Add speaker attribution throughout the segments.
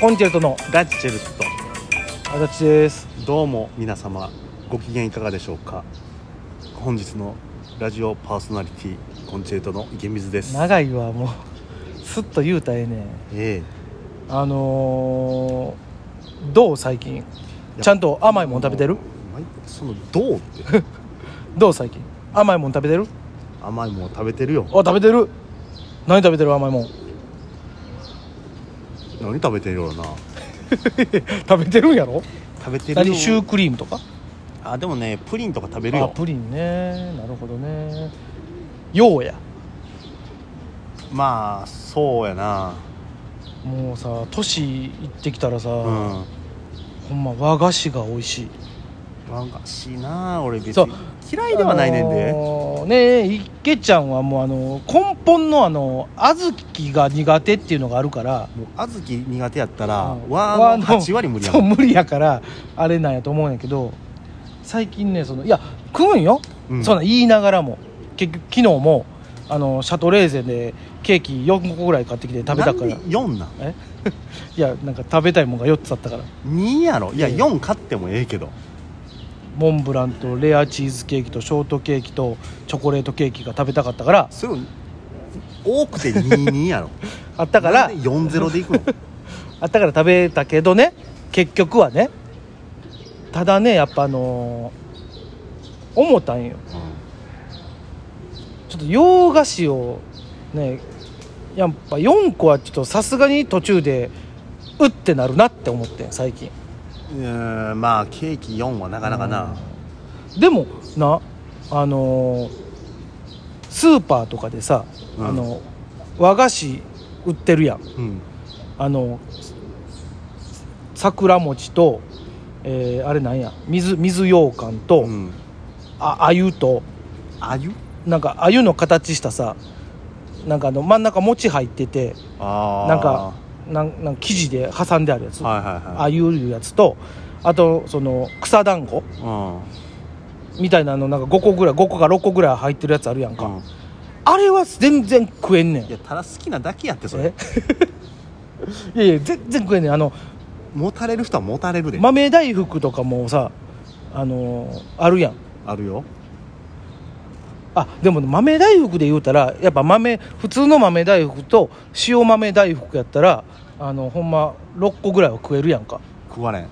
Speaker 1: コンチェルトの
Speaker 2: ラッチェルト
Speaker 1: 足立です
Speaker 2: どうも皆様ご機嫌いかがでしょうか本日のラジオパーソナリティコンチェルトの池水です
Speaker 1: 長いわもうすっと言うたらええねん
Speaker 2: え
Speaker 1: あのー、どう最近ちゃんと甘いもん食べてる
Speaker 2: もう毎回その「どう?」って
Speaker 1: どう最近甘いもん食べてる
Speaker 2: 甘いもん食べてるよ
Speaker 1: あ食べてる何食べてる甘いもん
Speaker 2: 何食べてるよな
Speaker 1: 食べてるんやろ
Speaker 2: 食べてる
Speaker 1: 何
Speaker 2: よ
Speaker 1: シュークリームとか
Speaker 2: あでもねプリンとか食べる
Speaker 1: あ
Speaker 2: よ
Speaker 1: プリンねなるほどねようや
Speaker 2: まあそうやな
Speaker 1: もうさ都市行ってきたらさ、
Speaker 2: うん
Speaker 1: ほんま和菓子が美味しい
Speaker 2: なんかしいな俺別
Speaker 1: そう
Speaker 2: に嫌いではないねんで、
Speaker 1: あのーねえ池ちゃんはもうあの根本のあの小豆が苦手っていうのがあるから
Speaker 2: もう小豆苦手やったら、
Speaker 1: うん
Speaker 2: 和の8割無理や
Speaker 1: そ
Speaker 2: も
Speaker 1: うん無理やからあれなんやと思うんやけど最近ねそのいや食うんよ、
Speaker 2: うん
Speaker 1: そんなん言いながらも結局昨日もあのシャトレーゼでケーキ4個ぐらい買ってきて食べたから
Speaker 2: なんで4なん
Speaker 1: え いやなんか食べたいもんが4つあったから
Speaker 2: 2やろいや
Speaker 1: ええ
Speaker 2: 4買ってもええけど
Speaker 1: モンブランとレアチーズケーキとショートケーキとチョコレートケーキが食べたかったから
Speaker 2: それ多くて22やろ
Speaker 1: あったから
Speaker 2: なんで40でい くの
Speaker 1: あったから食べたけどね結局はねただねやっぱあのー思ったんよちょっと洋菓子をねやっぱ4個はちょっとさすがに途中でうってなるなって思ってん最近
Speaker 2: うんうーんまあケーキ4はなかなかな
Speaker 1: でもなあのースーパーとかでさ、
Speaker 2: うん
Speaker 1: あの和菓子売ってるやん
Speaker 2: うん
Speaker 1: あの桜餅と、えーあれなんや水水羊羹と、
Speaker 2: うん
Speaker 1: あ鮎と
Speaker 2: あゆ
Speaker 1: なんか鮎の形したさなんかあの真ん中餅入ってて
Speaker 2: あー
Speaker 1: なんかなんなんか生地で挟んであるやつ
Speaker 2: はいはいはい
Speaker 1: 鮎いうやつとあとその草団子みたいなのなんか5個ぐらい5個か6個ぐらい入ってるやつあるやんか、
Speaker 2: うん、うん、
Speaker 1: あれは全然食えんねん
Speaker 2: いやただ好きなだけやってそ
Speaker 1: え
Speaker 2: れ
Speaker 1: いやいや全然食えんねんあの
Speaker 2: 持たれる人は持たれるで、
Speaker 1: 豆大福とかもさあのーあるやん
Speaker 2: あるよ
Speaker 1: あでも豆大福で言うたらやっぱ豆普通の豆大福と塩豆大福やったらあのほんま6個ぐらいは食えるやんか
Speaker 2: 食われ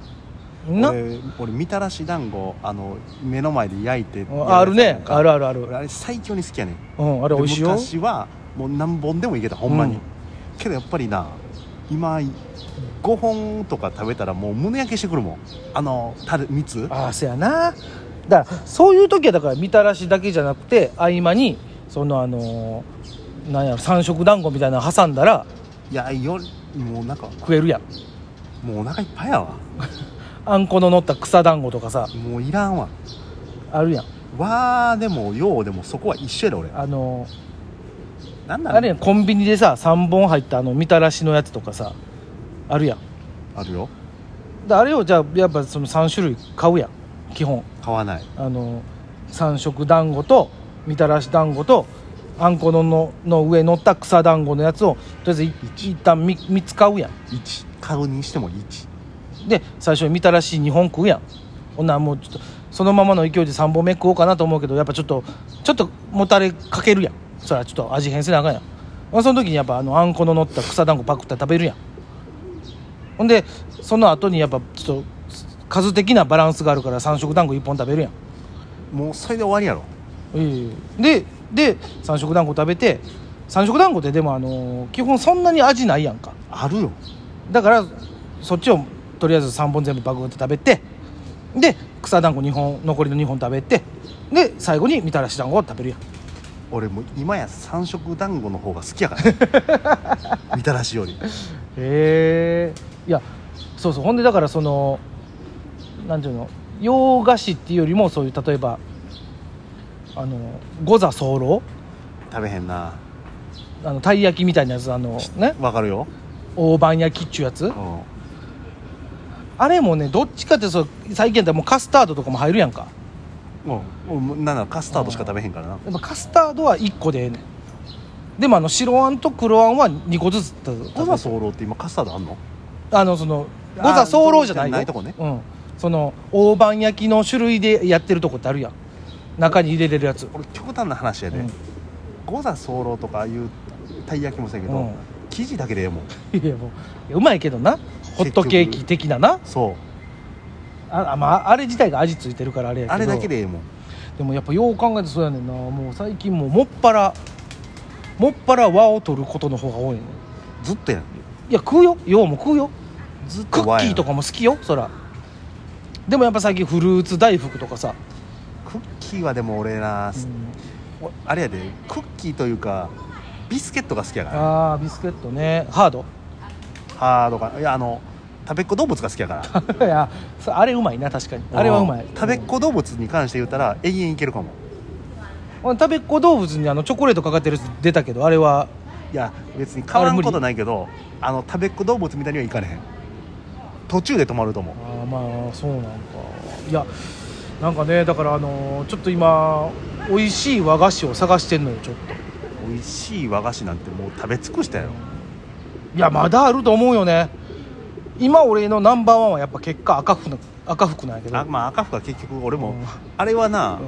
Speaker 2: ん
Speaker 1: な
Speaker 2: 俺俺みたらし団子あの目の前で焼いて
Speaker 1: ああるねある
Speaker 2: あ
Speaker 1: あるある
Speaker 2: 俺あれ最強に好きやねん
Speaker 1: うんあれ美味しいよ
Speaker 2: 昔はもう何本でもいけたほんまに、
Speaker 1: うん
Speaker 2: けどやっぱりな今5本とか食べたらもう胸焼けしてくるもんあのたる蜜
Speaker 1: ああそやなだからそういう時はだからみたらしだけじゃなくて合間にそのあのーなんやろ三色団子みたいなの挟んだら
Speaker 2: いやよもうなんか
Speaker 1: 食えるやん
Speaker 2: もうお腹いっぱいやわ
Speaker 1: あんこの乗った草団子とかさ
Speaker 2: もういらんわ
Speaker 1: あるやん
Speaker 2: わーでもようでもそこは一緒やろ俺
Speaker 1: あのー
Speaker 2: なんなの
Speaker 1: あれやんコンビニでさ3本入ったあのみたらしのやつとかさあるやん
Speaker 2: あるよ
Speaker 1: であれをじゃあやっぱその3種類買うやん基本
Speaker 2: 買わない
Speaker 1: あの三色団子とみたらし団子とあんこののの上乗った草団子のやつをとりあえずい一旦み3つ買うやん
Speaker 2: 1買うにしても1
Speaker 1: で最初にみたらし2本食うやんほんならもうちょっとそのままの勢いで3本目食おうかなと思うけどやっぱちょっとちょっともたれかけるやんそれはちょっと味変せなあかんやんほんでその時にやっぱあのあんこの乗った草団子パクったら食べるやんほんでその後にやっぱちょっと数的なバランスがあるから三色団子1本食べるやん
Speaker 2: もうそれで終わりやろ
Speaker 1: ええでで三色団子食べて三色団子ってでもあのー基本そんなに味ないやんか
Speaker 2: あるよ
Speaker 1: だからそっちをとりあえず3本全部バグって食べてで草団子2本残りの2本食べてで最後にみたらし団子を食べるやん
Speaker 2: 俺もう今や三色団子の方が好きやからね、 みたらしより
Speaker 1: へえいやそうそうほんでだからそのなんていうの洋菓子っていうよりもそういう例えばあの五座候
Speaker 2: 食べへんな
Speaker 1: あのたい焼きみたいなやつあのね
Speaker 2: わかるよ、
Speaker 1: 大判焼きっちゅうやつ
Speaker 2: うん
Speaker 1: あれもねどっちかってそう最近やったらもうカスタードとかも入るやんか
Speaker 2: うん、うん、なんならカスタードしか食べへんからな
Speaker 1: やっぱカスタードは1個でええねんでもあの白あんと黒あんは2個ずつ食べ
Speaker 2: 小田候って今カスタードあんの
Speaker 1: あのその
Speaker 2: あ
Speaker 1: 五
Speaker 2: ー
Speaker 1: 座候楼じゃないよ
Speaker 2: ないとこね
Speaker 1: うん、その大判焼きの種類でやってるとこってあるやん中に入れれるやつ
Speaker 2: 俺極端な話やで、
Speaker 1: うん
Speaker 2: 五座候楼とかああいうたい焼きもそうやけど、
Speaker 1: うん
Speaker 2: 生地だけでええもん
Speaker 1: いやもういやうまいけどなホットケーキ的なな
Speaker 2: そ
Speaker 1: ああ,、まあ、あれ自体が味ついてるからあれやけ
Speaker 2: う
Speaker 1: ど
Speaker 2: あれだけでええもん
Speaker 1: でもやっぱよう考えてそうやねんなもう最近もうもっぱらもっぱら和を取ることの方が多いねん
Speaker 2: ずっとやん
Speaker 1: いや食うよようも食うよ
Speaker 2: ずっと
Speaker 1: クッ
Speaker 2: 和
Speaker 1: キ
Speaker 2: や
Speaker 1: ー
Speaker 2: ん
Speaker 1: とかも好きよそらでもやっぱ最近フルーツ大福とかさ、
Speaker 2: クッキーはでも俺な、おあれやでクッキーというかビスケットが好きやから
Speaker 1: ああビスケットねハード
Speaker 2: ハードかいやあの食べっ子動物が好きやから
Speaker 1: いやそあれうまいな確かに あれはうまい
Speaker 2: ん食べっ子動物に関して言ったら永遠いけるかも
Speaker 1: うん食べっ子動物にあのチョコレートかかってるやつ出たけどあれはい
Speaker 2: や別に変わらんことないけどあの食べっ子動物みたいにはいかれへん途中で止まると思う
Speaker 1: ああまあそうなんかいやなんかねだからあのーちょっと今美味しい和菓子を探してんのよちょっと
Speaker 2: 美味しい和菓子なんてもう食べ尽くしたよ
Speaker 1: いやまだあると思うよね今俺のナンバーワンはやっぱ結果赤服の赤服なんやけど
Speaker 2: あまあ赤福は結局俺
Speaker 1: う
Speaker 2: も
Speaker 1: ん
Speaker 2: あれはな、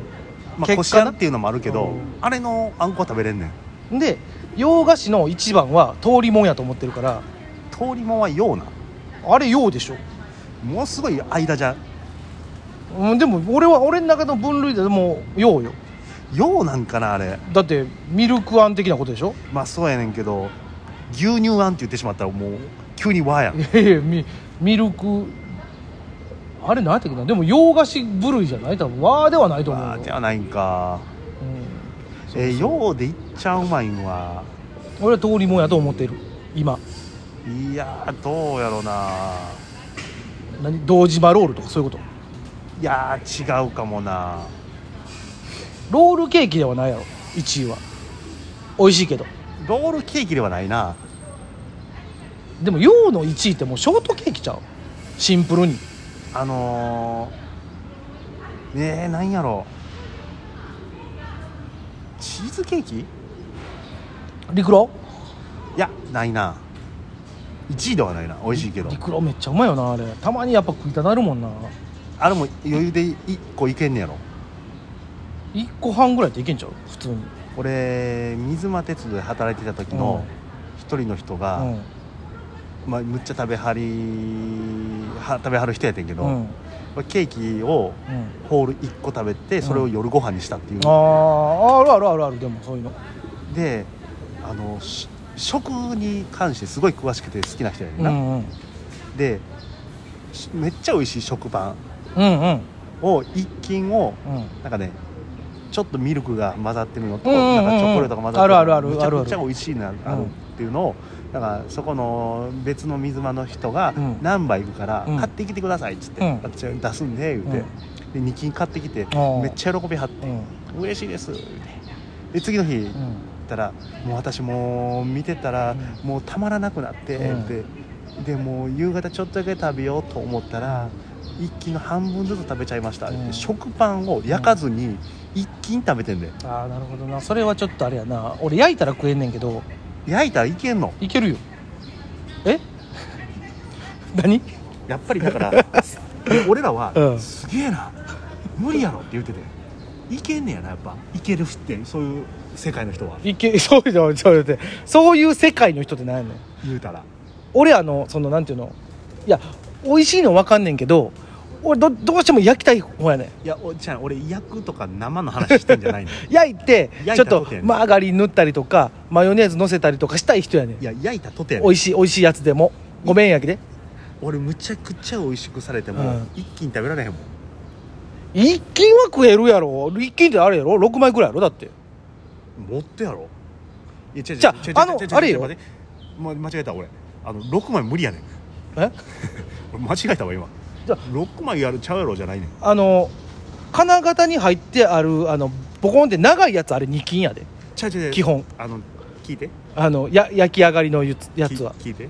Speaker 2: ま
Speaker 1: 結果
Speaker 2: あ、
Speaker 1: な
Speaker 2: こしあんっていうのもあるけ
Speaker 1: う
Speaker 2: ど
Speaker 1: ん
Speaker 2: あれのあんこは食べれんねん
Speaker 1: で洋菓子の一番は通りもんやと思ってるから
Speaker 2: 通りもんはような
Speaker 1: あれ洋でしょ、
Speaker 2: ものすごい間じゃ
Speaker 1: うん、でも俺は俺の中の分類でもう洋よ
Speaker 2: ようなんかなあれ
Speaker 1: だってミルクあん的なことでしょ
Speaker 2: まあそうやねんけど牛乳あんって言ってしまったらもう急に和やん
Speaker 1: いやいやミミルクあれ何やったっけなでも洋菓子部類じゃない多分和ではないと思うよ
Speaker 2: 和ではないんか
Speaker 1: うんそう
Speaker 2: えー
Speaker 1: そう
Speaker 2: ようでいっちゃうまいんは
Speaker 1: 俺は通りもんやと思ってる今
Speaker 2: いやーどうやろうな
Speaker 1: 何堂島ロールとかそういうこと
Speaker 2: いやー違うかもな
Speaker 1: ロールケーキではないやろ1位は美味しいけど
Speaker 2: ロールケーキではないな
Speaker 1: でも洋の1位ってもうショートケーキちゃうシンプルに
Speaker 2: あのー、えー、なんやろうチーズケーキい
Speaker 1: 陸路
Speaker 2: やないな1位ではないな美味しいけど
Speaker 1: 陸路めっちゃうまいよなあれたまにやっぱ食いたなるもんな
Speaker 2: あれも余裕で1個いけんねやろ
Speaker 1: 1個半ぐらいでいけんちゃう普通に
Speaker 2: 俺水間鉄道で働いてた時の一人の人
Speaker 1: う
Speaker 2: が、
Speaker 1: ん
Speaker 2: まあ、むっちゃ食べはりは食べはる人やってんけど、
Speaker 1: うん
Speaker 2: まあケーキを
Speaker 1: うん
Speaker 2: ホール1個食べてそれを夜ご飯にしたっていう、
Speaker 1: あーあるあるあるあるでもそういうの
Speaker 2: であのし食に関してすごい詳しくて好きな人やねん
Speaker 1: う
Speaker 2: な、
Speaker 1: んうん
Speaker 2: でしめっちゃ美味しい食パン
Speaker 1: うんうん
Speaker 2: を一斤を
Speaker 1: うん
Speaker 2: なんかねちょっとミルクが混ざってるのと、
Speaker 1: うんうんうんうん
Speaker 2: なんかチョコレートが混ざって
Speaker 1: あるあるある
Speaker 2: めちゃ
Speaker 1: あるあ
Speaker 2: く
Speaker 1: る
Speaker 2: ちゃ美味しいなあ
Speaker 1: う
Speaker 2: る
Speaker 1: ん
Speaker 2: っていうのを、だからそこの別の水間の人が
Speaker 1: うん
Speaker 2: 何杯いくから
Speaker 1: うん
Speaker 2: 買ってきてくださいっつって、
Speaker 1: うん
Speaker 2: 私は出すんで言うて、で2斤買ってきて
Speaker 1: ー
Speaker 2: めっちゃ喜びはって
Speaker 1: うん
Speaker 2: 嬉しいです言うてで次の日行っ
Speaker 1: うん
Speaker 2: たらもう私もう見てたら
Speaker 1: う
Speaker 2: もうたまらなくなって、
Speaker 1: うん
Speaker 2: ででもう夕方ちょっとだけ食べようと思ったら一斤の半分ずつ食べちゃいました、
Speaker 1: うん
Speaker 2: で食パンを焼かずに一斤食べてんで
Speaker 1: ああなるほどなそれはちょっとあれやな俺焼いたら食えんねんけど
Speaker 2: 焼いたらいけんの
Speaker 1: いけるよえ 何
Speaker 2: やっぱりだ からで俺らは、
Speaker 1: うん
Speaker 2: すげえな無理やろって言ってていけんねやなやっぱいけるってそういう世界の人はい
Speaker 1: け そういうのちょっと待ってそういう世界の人って何やねん
Speaker 2: 言うたら
Speaker 1: 俺あのそのなんていうのいや美味しいの分かんねんけど俺どどうしても焼きたい方やねん
Speaker 2: いやおじゃあ俺焼くとか生の話してんじゃない の
Speaker 1: 焼いて
Speaker 2: 焼いた
Speaker 1: ちょっと
Speaker 2: ことやねん
Speaker 1: マーガリン塗ったりとかマヨネーズ乗せたりとかしたい人やねん
Speaker 2: いや焼いたとて
Speaker 1: 美味しい美味しいやつでもごめんやけで
Speaker 2: 俺むちゃくちゃ美味しくされても、
Speaker 1: うん
Speaker 2: 一気に食べられへんもん
Speaker 1: 一斤は食えるやろ一斤ってあれやろ6枚ぐらいやろだって
Speaker 2: 持ってやろいや違う違う
Speaker 1: じゃあ
Speaker 2: 違う
Speaker 1: あの
Speaker 2: 違う違う
Speaker 1: あれよ
Speaker 2: 待ってま間違えた俺あの6枚無理やねん
Speaker 1: え
Speaker 2: 俺間違えたわ今
Speaker 1: じゃあ
Speaker 2: 6枚やるちゃうやろじゃないねん
Speaker 1: あの金型に入ってあるあのボコンって長いやつあれ2斤やで
Speaker 2: ちゃうちゃう違う
Speaker 1: 基本
Speaker 2: あの聞いて
Speaker 1: あのや焼き上がりのやつやつは
Speaker 2: き聞いて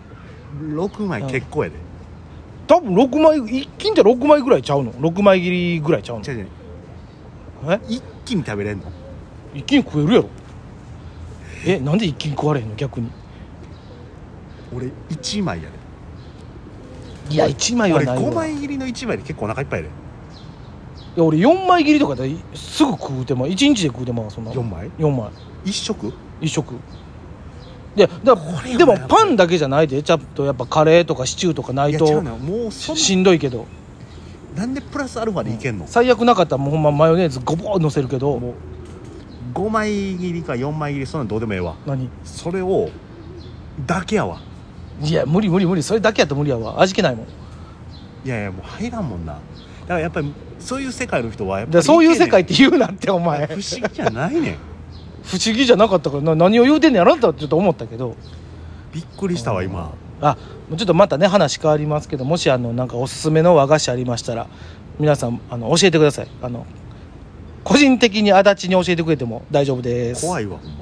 Speaker 2: 6枚結構やで、
Speaker 1: 多分6枚1斤って6枚ぐらいちゃうの6枚切りぐらいちゃうの
Speaker 2: 違う違う
Speaker 1: え
Speaker 2: 一気に食べれんの
Speaker 1: 一斤食えるやろえなんで一斤食われへんの逆に
Speaker 2: 俺1枚やで
Speaker 1: いや1枚は
Speaker 2: 俺
Speaker 1: ないわ
Speaker 2: 5枚切りの1枚で結構お腹いっぱいやで
Speaker 1: いや俺4枚切りとかですぐ食うてまう1日で食うてまうそんな
Speaker 2: 4枚
Speaker 1: 4枚
Speaker 2: 1食
Speaker 1: 一食でだ
Speaker 2: れよ
Speaker 1: でも
Speaker 2: やっぱ
Speaker 1: パ
Speaker 2: り
Speaker 1: ンだけじゃないでちゃんとやっぱカレーとかシチューとかないい
Speaker 2: や違う
Speaker 1: と
Speaker 2: なもう
Speaker 1: し
Speaker 2: そん
Speaker 1: しんどいけど
Speaker 2: なんでプラスアルファでいけんの、
Speaker 1: 最悪なかったらもうほんまマヨネーズゴボーのせるけど
Speaker 2: もう5枚切りか4枚切りそんなんどうでもええわ
Speaker 1: 何
Speaker 2: それをだけやわ
Speaker 1: いや無理無理無理それだけやったら無理やわ味気ないもん
Speaker 2: いやいやもう入らんもんなだからやっぱりそういう世界の人はやっぱ
Speaker 1: で
Speaker 2: り
Speaker 1: そういう世界っ
Speaker 2: け
Speaker 1: て言うなってお
Speaker 2: ねん
Speaker 1: 前
Speaker 2: 不思議じゃないねん
Speaker 1: 不思議じゃなかったからな何を言うてんねやろってちょっと思ったけど
Speaker 2: びっくりしたわ今
Speaker 1: あちょっとまたね話変わりますけどもしあのなんかおすすめの和菓子ありましたら皆さんあの教えてくださいあの個人的に足立に教えてくれても大丈夫です
Speaker 2: 怖いわほんま